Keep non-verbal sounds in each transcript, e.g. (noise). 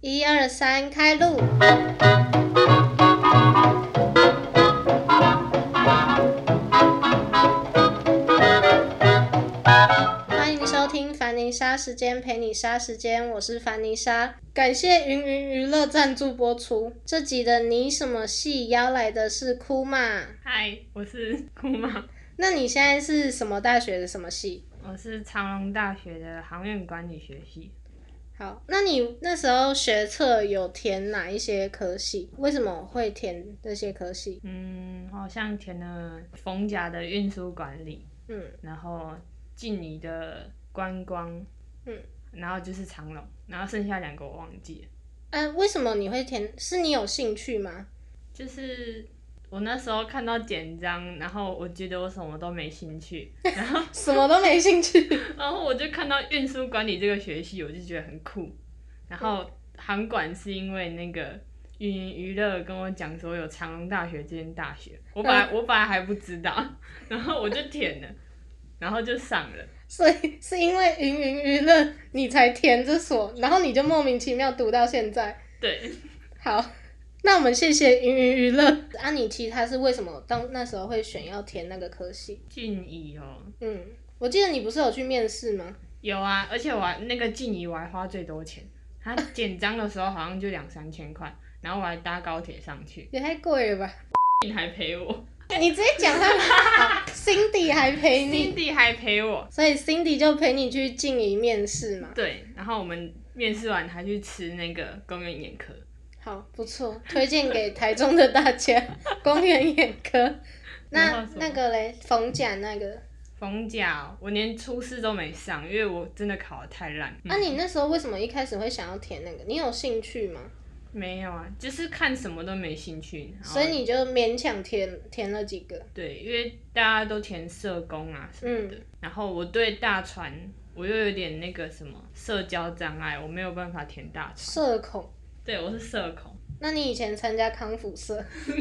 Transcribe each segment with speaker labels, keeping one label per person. Speaker 1: 一二三，开路！欢迎收听凡妮莎时间陪你莎时间，我是凡妮莎。感谢云云娱乐赞助播出。这集的你什么戏邀来的是哭嘛？
Speaker 2: 嗨，我是姑妈，
Speaker 1: 那你现在是什么大学的什么系？
Speaker 2: 我是长隆大学的航运管理学系。
Speaker 1: 好，那你那时候学测有填哪一些科系？为什么会填这些科系？
Speaker 2: 嗯，好像填了逢甲的运输管理，
Speaker 1: 嗯，
Speaker 2: 然后静宜的观光，
Speaker 1: 嗯，
Speaker 2: 然后就是长隆，然后剩下两个我忘记了。
Speaker 1: 啊，为什么你会填？是你有兴趣吗？
Speaker 2: 就是我那时候看到简章，然后我觉得我什么都没兴趣，
Speaker 1: 什么都没兴趣。 (laughs)
Speaker 2: 然后我就看到运输管理这个学系，我就觉得很酷。然后航管是因为那个云云娱乐跟我讲说有长隆大学这间大学，我本来、我本来还不知道， (laughs) 然后我就填了，然后就上了。
Speaker 1: 所以是因为云云娱乐你才填这所，然后你就莫名其妙读到现在。
Speaker 2: 对，
Speaker 1: 好，那我们谢谢云云娱乐。啊，你其他是为什么当那时候会选要填那个科系？
Speaker 2: 静怡哦，
Speaker 1: 嗯，我记得你不是有去面试吗？
Speaker 2: 有啊，而且我还那个静怡我还花最多钱，他简章的时候好像就两三千块，然后我还搭高铁上去，
Speaker 1: 也太贵了吧！
Speaker 2: 你还陪我
Speaker 1: 你直接讲他好，Cindy 还陪你，
Speaker 2: ，Cindy 还陪我，
Speaker 1: 所以 Cindy 就陪你去静怡面试嘛。
Speaker 2: 对，然后我们面试完还去吃那个公园眼科。
Speaker 1: 好，不错，推荐给台中的大家。公园眼科，
Speaker 2: 然
Speaker 1: 那
Speaker 2: 后什么
Speaker 1: 那个嘞，逢甲那个，
Speaker 2: 逢甲，我连初试都没上，因为我真的考得太烂。
Speaker 1: 那、你那时候为什么一开始会想要填那个？你有兴趣吗？
Speaker 2: 没有啊，就是看什么都没兴趣。然后
Speaker 1: 所以你就勉强填填了几个。
Speaker 2: 对，因为大家都填社工啊什么的，
Speaker 1: 嗯
Speaker 2: 然后我对大船我又有点那个什么社交障碍，我没有办法填大船。
Speaker 1: 社恐，
Speaker 2: 对，我是社恐，
Speaker 1: 那你以前参加康复社， (laughs)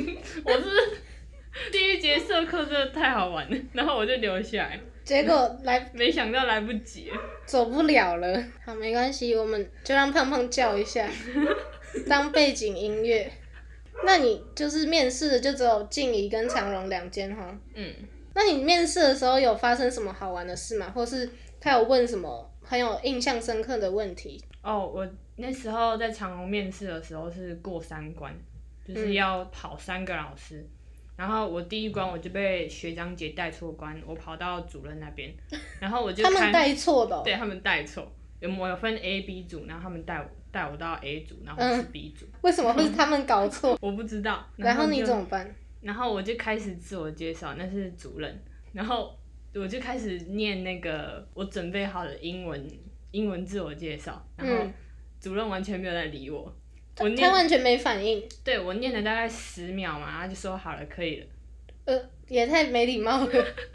Speaker 2: 我是 (laughs) 第一节社课真的太好玩了，然后我就留下来，
Speaker 1: 结果
Speaker 2: (laughs)
Speaker 1: 来
Speaker 2: 没想到来不及。
Speaker 1: 走不了了。好，没关系，我们就让胖胖叫一
Speaker 2: (laughs)
Speaker 1: 下，当背景音乐。那你就是面试的就只有静怡跟长荣两间哈。
Speaker 2: 嗯，
Speaker 1: 那你面试的时候有发生什么好玩的事吗？或是他有问什么很有印象深刻的问题？
Speaker 2: 哦，我那时候在长隆面试的时候是过三关，
Speaker 1: 嗯
Speaker 2: 就是要跑三个老师。然后我第一关我就被学长姐带错关，我跑到主任那
Speaker 1: (laughs)
Speaker 2: 边，然后我就
Speaker 1: 他们
Speaker 2: 看
Speaker 1: 带错的哦、
Speaker 2: 对他们带错，有我有分 A、B 组，然后他们带我带我到 A 组，然后我是 B 组，
Speaker 1: 为什么会是他们搞
Speaker 2: (laughs)
Speaker 1: 错？
Speaker 2: 我不知道。
Speaker 1: 嗯然后
Speaker 2: 后
Speaker 1: 你
Speaker 2: 就
Speaker 1: 怎么办？
Speaker 2: 然后我就开始自我介绍，那是主任，然后我就开始念那个我准备好的英文英文自我介绍，然后
Speaker 1: 嗯
Speaker 2: 主任完全没有在理我，我
Speaker 1: 他
Speaker 2: 念
Speaker 1: 完全没反应，
Speaker 2: 对我念了大概十秒嘛，他就说好了可以了，
Speaker 1: 呃，也太没礼貌了。 (laughs)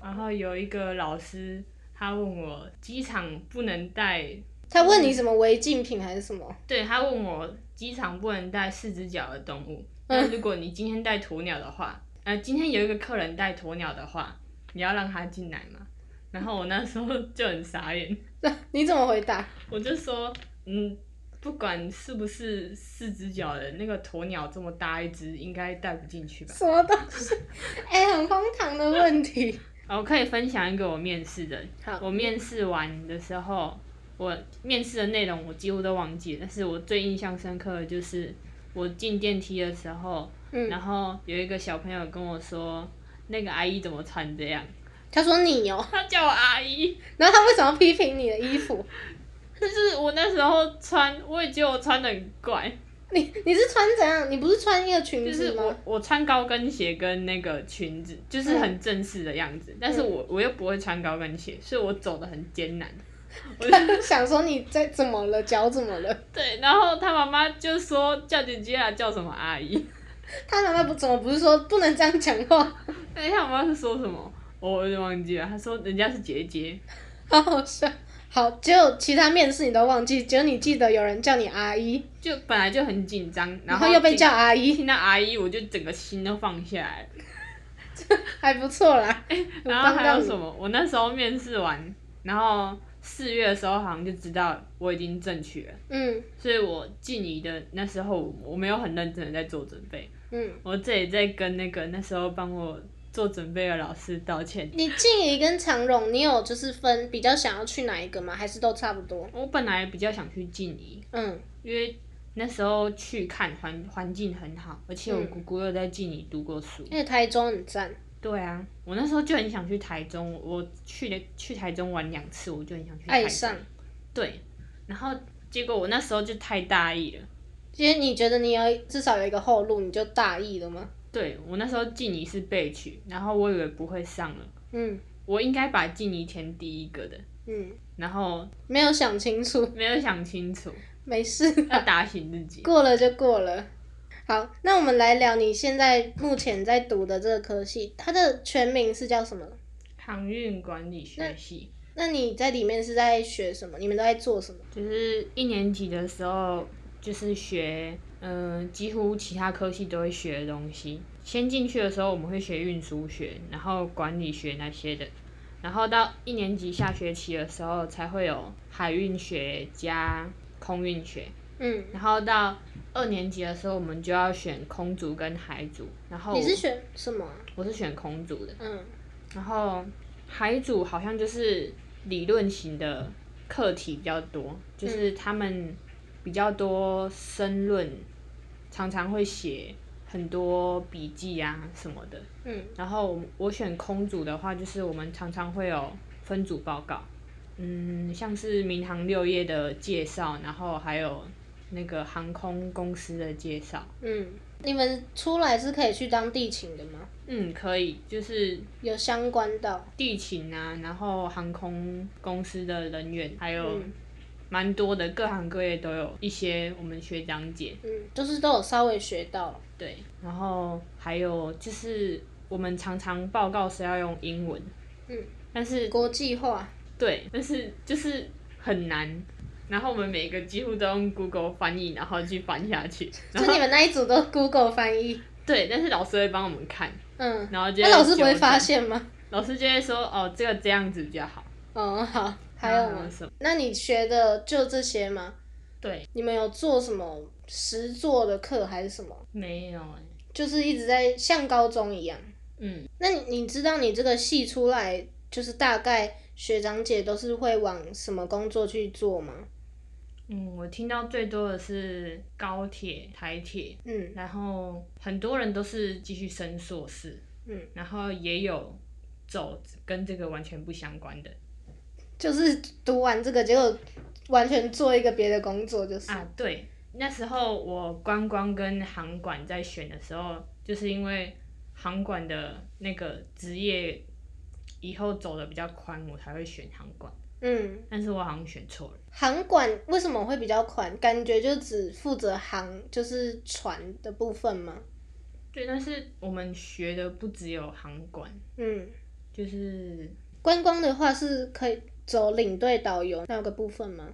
Speaker 2: 然后有一个老师他问我机场不能带，
Speaker 1: 他问你什么违禁品还是什么？ (laughs)
Speaker 2: 对他问我机场不能带四只脚的动物，那如果你今天带鸵鸟的话，呃，今天有一个客人带鸵鸟的话，你要让他进来吗？然后我那时候就很傻眼，
Speaker 1: 你怎么回答？
Speaker 2: 我就说，嗯，不管是不是四只脚的那个鸵鸟这么大一只，应该带不进去吧？
Speaker 1: 什么东西？ (laughs) 哎、很荒唐的问题。
Speaker 2: 哦，我可以分享一个我面试的，
Speaker 1: 好
Speaker 2: 我面试完的时候，我面试的内容我几乎都忘记了，但是我最印象深刻的就是我进电梯的时候，
Speaker 1: 嗯
Speaker 2: 然后有一个小朋友跟我说，那个阿姨怎么穿这样， (laughs)
Speaker 1: 他说你哦、
Speaker 2: 他叫我阿姨，
Speaker 1: 然后他为什么要批评你的衣服？
Speaker 2: 但是我那时候穿，我也觉得我穿的很怪，
Speaker 1: 你你是穿怎样？你不是穿一个裙
Speaker 2: 就是
Speaker 1: 子吗？
Speaker 2: 我我穿高跟鞋跟那个裙子，
Speaker 1: 嗯
Speaker 2: 就是很正式的样子，但是我我又不会穿高跟鞋，所以我走的很艰难。
Speaker 1: (laughs) 想说你在怎么了？脚怎么了？
Speaker 2: 对，然后他妈妈就说叫姐姐啊，叫什么阿姨？
Speaker 1: 他妈妈不怎么不是说不能这样讲话，
Speaker 2: 哎，他妈妈是说什么？哦我我有点忘记了。他说人家是姐姐，
Speaker 1: 好好笑。好，只有其他面试你都忘记，只有你记得有人叫你阿姨，
Speaker 2: 就本来就很紧张，
Speaker 1: 然
Speaker 2: 后
Speaker 1: 后又被
Speaker 2: 听
Speaker 1: 叫阿
Speaker 2: (laughs)
Speaker 1: 姨，
Speaker 2: 听到阿姨，我就整个心都放下来了。
Speaker 1: 还不错啦。我
Speaker 2: 然
Speaker 1: 帮
Speaker 2: 后还
Speaker 1: 到
Speaker 2: 有
Speaker 1: 你
Speaker 2: 什么？我那时候面试完，然后四月的时候好像就知道我已经正取了，
Speaker 1: 嗯
Speaker 2: 所以我进你的那时候我没有很认真的在做准备，
Speaker 1: 嗯，
Speaker 2: 我这里在跟那个那时候帮我做准备的老师道歉。
Speaker 1: 你静怡跟长荣，你有就是分比较想要去哪一个吗？还是都差不多？
Speaker 2: 我本来比较想去静怡，
Speaker 1: 嗯
Speaker 2: 因为那时候去看环环境很好，而且我姑姑又在静怡读过书。
Speaker 1: 因为台中很赞。
Speaker 2: 对啊，我那时候就很想去台中，我我去了去台中玩两次，我就很想去台
Speaker 1: 爱
Speaker 2: 中。
Speaker 1: 上，
Speaker 2: 对，然后结果我那时候就太大意了。
Speaker 1: 其实你觉得你有至少有一个后路，你就大意了吗？
Speaker 2: 对我那时候静怡是被取，然后我以为不会上了，
Speaker 1: 嗯
Speaker 2: 我应该把静怡填第一个的，
Speaker 1: 嗯，
Speaker 2: 然后
Speaker 1: 没有想清楚， (laughs)
Speaker 2: 没有想清楚，
Speaker 1: 没事，
Speaker 2: 要打醒自己。
Speaker 1: 过了就过了。好，那我们来聊你现在目前在读的这个科系，它的全名是叫什么？
Speaker 2: 航运管理学系，
Speaker 1: 那你在里面是在学什么？你们都在做什么？
Speaker 2: 就是一年级的时候，就是学，嗯、几乎其他科系都会学的东西。先进去的时候，我们会学运输学，然后管理学那些的，然后到一年级下学期的时候，才会有海运学加空运学，
Speaker 1: 嗯，
Speaker 2: 然后到二年级的时候，我们就要选空组跟海组，然后
Speaker 1: 你
Speaker 2: 我
Speaker 1: 是选什么啊？
Speaker 2: 我是选空组的，
Speaker 1: 嗯
Speaker 2: 然后海组好像就是理论型的课题比较多，就是他们比较多申论，常常会写很多笔记啊什么的。
Speaker 1: 嗯
Speaker 2: 然后我我选空组的话，就是我们常常会有分组报告，嗯，像是民航六业的介绍，然后还有那个航空公司的介绍。
Speaker 1: 嗯，你们出来是可以去当地勤的吗？
Speaker 2: 嗯，可以，就是
Speaker 1: 有相关到？
Speaker 2: 地勤啊，然后航空公司的人员，还有
Speaker 1: 嗯
Speaker 2: 蛮多的，各行各业都有一些我们学长姐
Speaker 1: 嗯，就是都有稍微学到。
Speaker 2: 对，然后还有就是我们常常报告是要用英文，
Speaker 1: 嗯，
Speaker 2: 但是
Speaker 1: 国际化，
Speaker 2: 对，但是就是很难，然后我们每个几乎都用 Google 翻译，然后去翻
Speaker 1: (laughs)
Speaker 2: 下去，
Speaker 1: 就你 (laughs) 们那一组都 Google 翻译。
Speaker 2: 对，但是老师会帮我们看，
Speaker 1: 嗯，
Speaker 2: 然后就
Speaker 1: 那老师不会
Speaker 2: 纠
Speaker 1: 发
Speaker 2: 正，
Speaker 1: 现吗？
Speaker 2: 老师就会说哦，这个这样子比较好，
Speaker 1: 哦，好，还有
Speaker 2: 然
Speaker 1: 吗
Speaker 2: 后？什么？
Speaker 1: 那你学的就这些吗？
Speaker 2: 对，
Speaker 1: 你们有做什么实作的课还是什么？
Speaker 2: 没有哎、
Speaker 1: 就是一直在像高中一样。
Speaker 2: 嗯。
Speaker 1: 那你你知道你这个系出来，就是大概学长姐都是会往什么工作去做吗？
Speaker 2: 嗯，我听到最多的是高铁、台铁，
Speaker 1: 嗯
Speaker 2: 然后很多人都是继续升硕士，
Speaker 1: 嗯，
Speaker 2: 然后也有走跟这个完全不相关的
Speaker 1: 就是读完这个，结果完全做一个别的工作，就是、
Speaker 2: 啊。对，那时候我观光跟航管在选的时候，就是因为航管的那个职业以后走的比较宽，我才会选航管，
Speaker 1: 嗯，
Speaker 2: 但是我好像选错了。
Speaker 1: 航管为什么会比较宽？感觉就只负责航，就是船的部分吗？
Speaker 2: 对，但是我们学的不只有航管，
Speaker 1: 嗯，
Speaker 2: 就是
Speaker 1: 观光的话是可以走领队导游那个部分吗？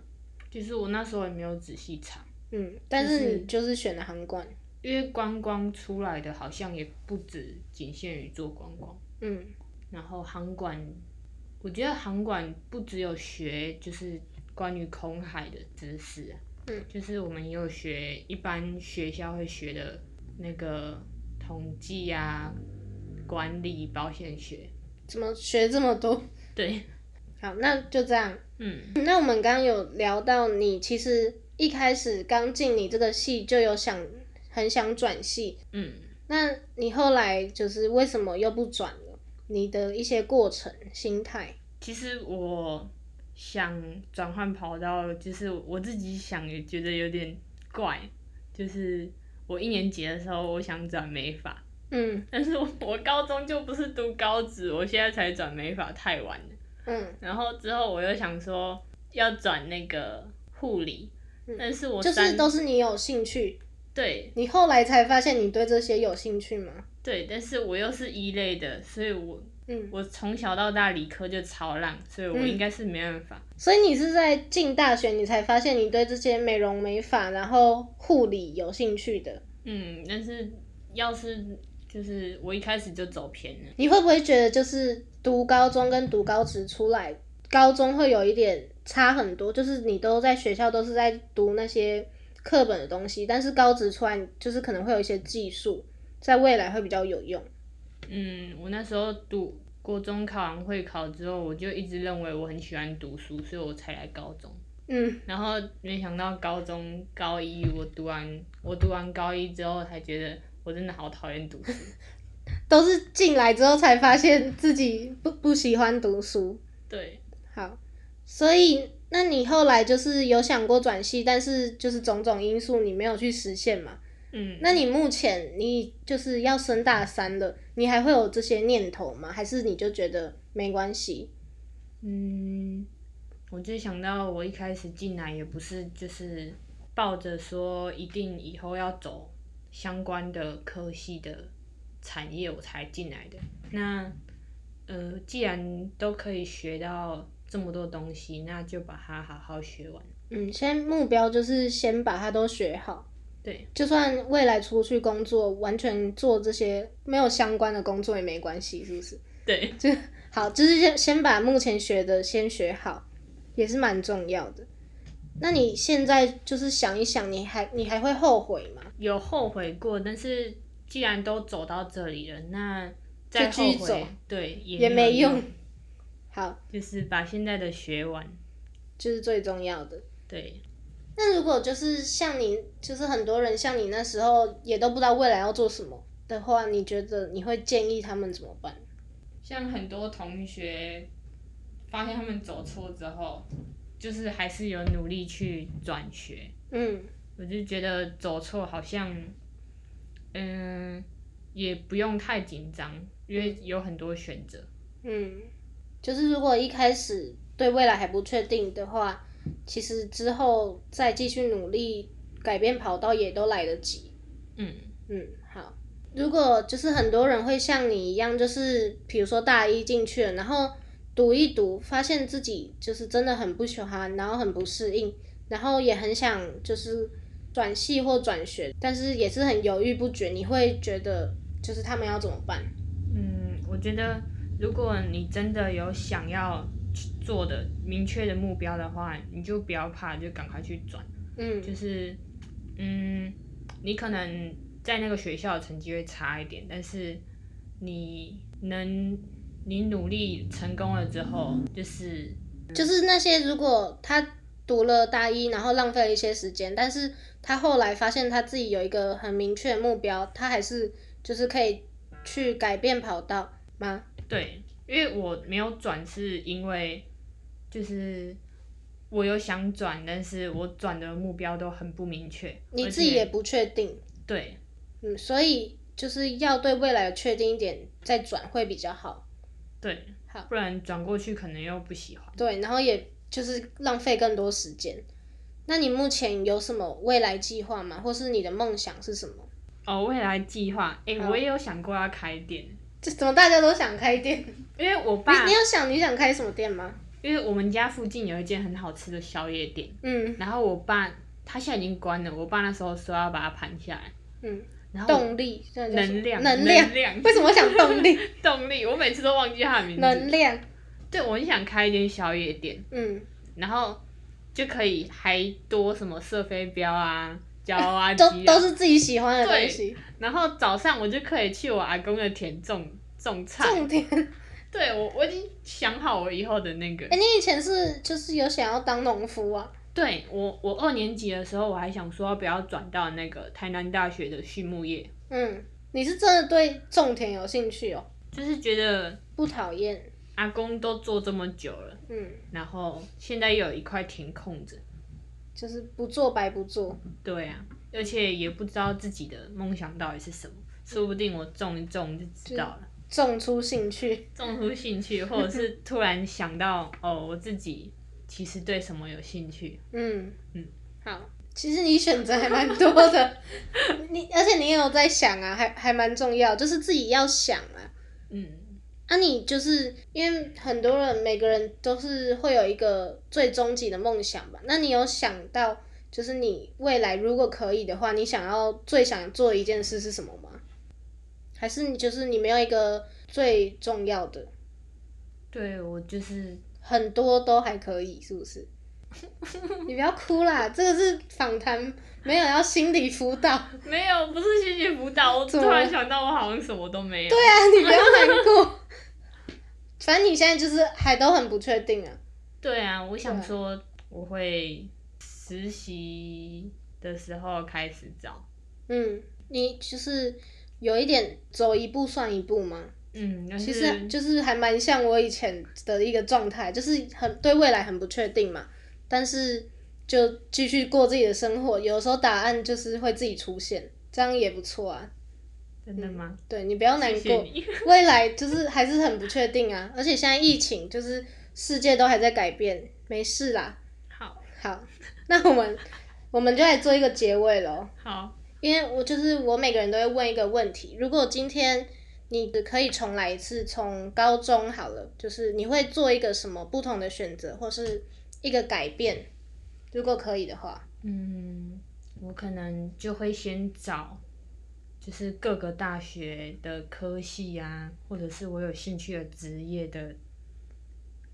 Speaker 2: 就是我那时候也没有仔细查。
Speaker 1: 嗯，但
Speaker 2: 就是是
Speaker 1: 你就是选了航管，
Speaker 2: 因为观光出来的好像也不止仅限于做观光，
Speaker 1: 嗯
Speaker 2: 然后航管，我觉得航管不只有学就是关于空海的知识啊，
Speaker 1: 嗯，
Speaker 2: 就是我们也有学一般学校会学的那个统计啊、管理、保险学，
Speaker 1: 怎么学这么多？
Speaker 2: (laughs) 对，
Speaker 1: 好，那就这样。
Speaker 2: 嗯，
Speaker 1: 那我们刚刚有聊到你，其实一开始刚进你这个系就有想很想转系，
Speaker 2: 嗯，
Speaker 1: 那你后来就是为什么又不转了？你的一些过程、心态，
Speaker 2: 其实我想转换跑道，就是我自己想也觉得有点怪，就是我一年级的时候我想转美发，
Speaker 1: 嗯
Speaker 2: 但是我我高中就不是读高职，我现在才转美发太晚了。
Speaker 1: 嗯，
Speaker 2: 然后之后我又想说要转那个护理
Speaker 1: 嗯，
Speaker 2: 但是我
Speaker 1: 就
Speaker 2: 三、
Speaker 1: 是都是你有兴趣，
Speaker 2: 对
Speaker 1: 你后来才发现你对这些有兴趣吗？
Speaker 2: 对，但是我又是一类的，所以我
Speaker 1: 嗯，
Speaker 2: 我从小到大理科就超烂，所以我
Speaker 1: 嗯
Speaker 2: 应该是没办法。
Speaker 1: 所以你是在进大学你才发现你对这些美容美发，然后护理有兴趣的，
Speaker 2: 嗯，但是要是就是我一开始就走偏了，
Speaker 1: 你会不会觉得就是读高中跟读高职出来，高中会有一点差很多，就是你都在学校都是在读那些课本的东西，但是高职出来就是可能会有一些技术，在未来会比较有用。
Speaker 2: 嗯，我那时候读国中考完会考之后，我就一直认为我很喜欢读书，所以我才来高中。
Speaker 1: 嗯，
Speaker 2: 然后没想到高中高一我读完，我读完高一之后才觉得我真的好讨厌读书。
Speaker 1: 都是进来之后才发现自己不不喜欢读书。
Speaker 2: 对，
Speaker 1: 好，所以那你后来就是有想过转系，但是就是种种因素你没有去实现嘛？
Speaker 2: 嗯，
Speaker 1: 那你目前你就是要升大三了，你还会有这些念头吗？还是你就觉得没关系？
Speaker 2: 嗯，我就想到我一开始进来也不是就是抱着说一定以后要走相关的科系的产业我才进来的。那呃，既然都可以学到这么多东西，那就把它好好学完。
Speaker 1: 嗯，现在目标就是先把它都学好，
Speaker 2: 对，
Speaker 1: 就算未来出去工作，完全做这些没有相关的工作也没关系，是不是？
Speaker 2: 对，
Speaker 1: 就好，就是先先把目前学的先学好，也是蛮重要的。那你现在就是想一想，你还你还会后悔吗？
Speaker 2: 有后悔过，但是既然都走到这里了，那再
Speaker 1: 就继
Speaker 2: 后
Speaker 1: 续
Speaker 2: 悔
Speaker 1: 走，
Speaker 2: 对，也
Speaker 1: 也没
Speaker 2: 有 (laughs)
Speaker 1: 用，好，
Speaker 2: 就是把现在的学完。
Speaker 1: 就是最重要的。
Speaker 2: 对，
Speaker 1: 那如果就是像你，就是很多人像你那时候也都不知道未来要做什么的话，你觉得你会建议他们怎么办？
Speaker 2: 像很多同学发现他们走错之后，就是还是有努力去转学。
Speaker 1: 嗯
Speaker 2: 我就觉得走错好像，嗯，也不用太紧张，因为有很多选择。
Speaker 1: 嗯，就是如果一开始对未来还不确定的话，其实之后再继续努力改变跑道也都来得及。
Speaker 2: 嗯，
Speaker 1: 嗯，好。如果就是很多人会像你一样，就是比如说大一进去了，然后读一读，发现自己就是真的很不喜欢，然后很不适应，然后也很想就是转系或转学，但是也是很犹豫不决。你会觉得就是他们要怎么办？
Speaker 2: 嗯，我觉得如果你真的有想要去做的明确的目标的话，你就不要怕，就赶快去转。
Speaker 1: 嗯
Speaker 2: 就是，嗯，你可能在那个学校的成绩会差一点，但是你能你努力成功了之后，就是
Speaker 1: 就是那些如果他读了大一，然后浪费了一些时间，但是他后来发现他自己有一个很明确的目标，他还是就是可以去改变跑道吗？
Speaker 2: 对，因为我没有转是因为就是我有想转，但是我转的目标都很不明确，
Speaker 1: 你
Speaker 2: 而
Speaker 1: 自己
Speaker 2: 且
Speaker 1: 也不确定，
Speaker 2: 对
Speaker 1: 嗯，所以就是要对未来有确定一点再转会比较好。
Speaker 2: 对
Speaker 1: 好，
Speaker 2: 不然转过去可能又不喜欢。
Speaker 1: 对，然后也就是浪费更多时间。那你目前有什么未来计划吗？或是你的梦想是什么？
Speaker 2: 哦，未来计划，哎、
Speaker 1: 好
Speaker 2: 我也有想过要开店，
Speaker 1: 这怎么大家都想开店？
Speaker 2: 因为我爸
Speaker 1: 你你有想你想开什么店吗？
Speaker 2: 因为我们家附近有一间很好吃的宵夜店，
Speaker 1: 嗯
Speaker 2: 然后我爸他现在已经关了，我爸那时候说要把它盘下来，
Speaker 1: 嗯，
Speaker 2: 然后
Speaker 1: 动力，这叫什么
Speaker 2: 能量
Speaker 1: 能
Speaker 2: 量嗯
Speaker 1: 量。为什么我想动
Speaker 2: (laughs)
Speaker 1: 力？
Speaker 2: 动力，我每次都忘记他的名字。
Speaker 1: 能量，
Speaker 2: 对，我很想开一间宵夜店，
Speaker 1: 嗯，
Speaker 2: 然后就可以还多什么射飞镖啊、胶啊、
Speaker 1: (laughs) 都
Speaker 2: 鸡
Speaker 1: 都
Speaker 2: 啊，
Speaker 1: 是自己喜欢的
Speaker 2: 对
Speaker 1: 东西。
Speaker 2: 然后早上我就可以去我阿公的田种种菜。
Speaker 1: 重点，
Speaker 2: 对我我已经想好我以后的那个。
Speaker 1: 哎、你以前是就是有想要当农夫啊？
Speaker 2: 对我我二年级的时候我还想说要不要转到那个台南大学的畜牧业，
Speaker 1: 嗯，你是真的对种田有兴趣哦，
Speaker 2: 就是觉得
Speaker 1: 不讨厌。
Speaker 2: 阿公都做这么久了，
Speaker 1: 嗯，
Speaker 2: 然后现在又有一块田空着，
Speaker 1: 就是不做白不做。
Speaker 2: 对啊，而且也不知道自己的梦想到底是什么，说不定我种一种就知道了，
Speaker 1: 种出兴趣，
Speaker 2: 种出兴趣，或者是突然想到哦，我自己其实对什么有兴趣，
Speaker 1: 嗯
Speaker 2: 嗯， (laughs)
Speaker 1: 好，其实你选择还蛮多的，你而且你也有在想啊，还还蛮重要，就是自己要想啊。
Speaker 2: 嗯，
Speaker 1: 啊，你就是因为很多人每个人都是会有一个最终极的梦想吧？那你有想到，就是你未来如果可以的话，你想要最想做的一件事是什么吗？还是你就是你没有一个最重要的，
Speaker 2: 对我就是
Speaker 1: 很多都还可以，是不是？ (laughs) 你不要哭啦，这个是访谈，没有要心理辅导。 (laughs)
Speaker 2: 没有，不是心情辅导，我
Speaker 1: 怎
Speaker 2: 突
Speaker 1: 么
Speaker 2: 然想到我好像什么都没有。
Speaker 1: 对啊，你不要难过。 (laughs) 反正你现在就是还都很不确定啊。
Speaker 2: 对啊，我想说我会实习的时候开始找，
Speaker 1: 嗯，你就是有一点走一步算一步嘛。
Speaker 2: 嗯，但
Speaker 1: 其
Speaker 2: 是
Speaker 1: 实就是还蛮像我以前的一个状态，就是很对未来很不确定嘛。但是就继续过自己的生活，有时候答案就是会自己出现，这样也不错啊。
Speaker 2: 真的吗？
Speaker 1: 对你不要难嗯过，
Speaker 2: 谢谢你。 (laughs)
Speaker 1: 未来就是还是很不确定啊。而且现在疫情就是世界都还在改变，没事啦。
Speaker 2: 好
Speaker 1: 好，那我们我们就来做一个结尾喽。
Speaker 2: 好，
Speaker 1: 因为我就是我每个人都会问一个问题，如果今天你只可以重来一次，从高中好了，就是你会做一个什么不同的选择，或是一个改变，如果可以的话，
Speaker 2: 嗯，我可能就会先找，就是各个大学的科系啊，或者是我有兴趣的职业的，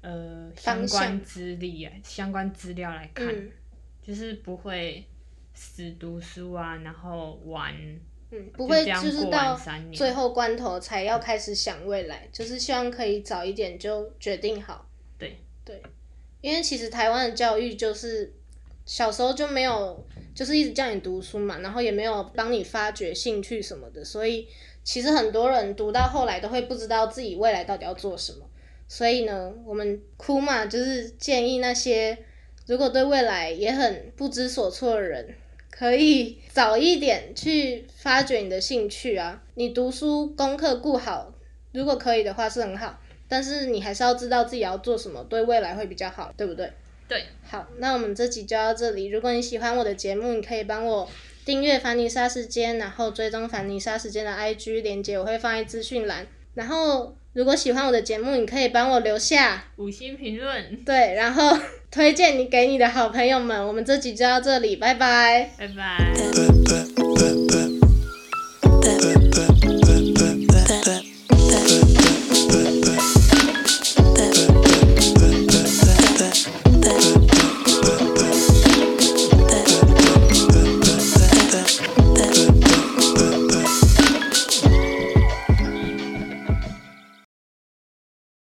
Speaker 2: 呃，相
Speaker 1: 方
Speaker 2: 关
Speaker 1: 向
Speaker 2: 资历啊，相关资料来看，
Speaker 1: 嗯
Speaker 2: 就是不会死读书啊，然后玩，
Speaker 1: 嗯，不会
Speaker 2: 这样
Speaker 1: 就是
Speaker 2: 过完
Speaker 1: 到
Speaker 2: 三年
Speaker 1: 最后关头才要开始想未来，就是希望可以早一点就决定好。
Speaker 2: 对
Speaker 1: 对，因为其实台湾的教育就是小时候就没有，就是一直叫你读书嘛，然后也没有帮你发掘兴趣什么的，所以其实很多人读到后来都会不知道自己未来到底要做什么。所以呢，我们哭嘛，就是建议那些如果对未来也很不知所措的人，可以早一点去发掘你的兴趣啊。你读书功课顾好，如果可以的话是很好，但是你还是要知道自己要做什么，对未来会比较好，对不对？
Speaker 2: 对，
Speaker 1: 好，那我们这集就到这里。如果你喜欢我的节目，你可以帮我订阅凡妮莎时间，然后追踪凡妮莎时间的 IG 连接，我会放在资讯栏。然后，如果喜欢我的节目，你可以帮我留下
Speaker 2: 五星评论，
Speaker 1: 对，然后 (laughs) 推荐你给你的好朋友们。我们这集就到这里，拜拜。
Speaker 2: 拜拜。
Speaker 3: that, that.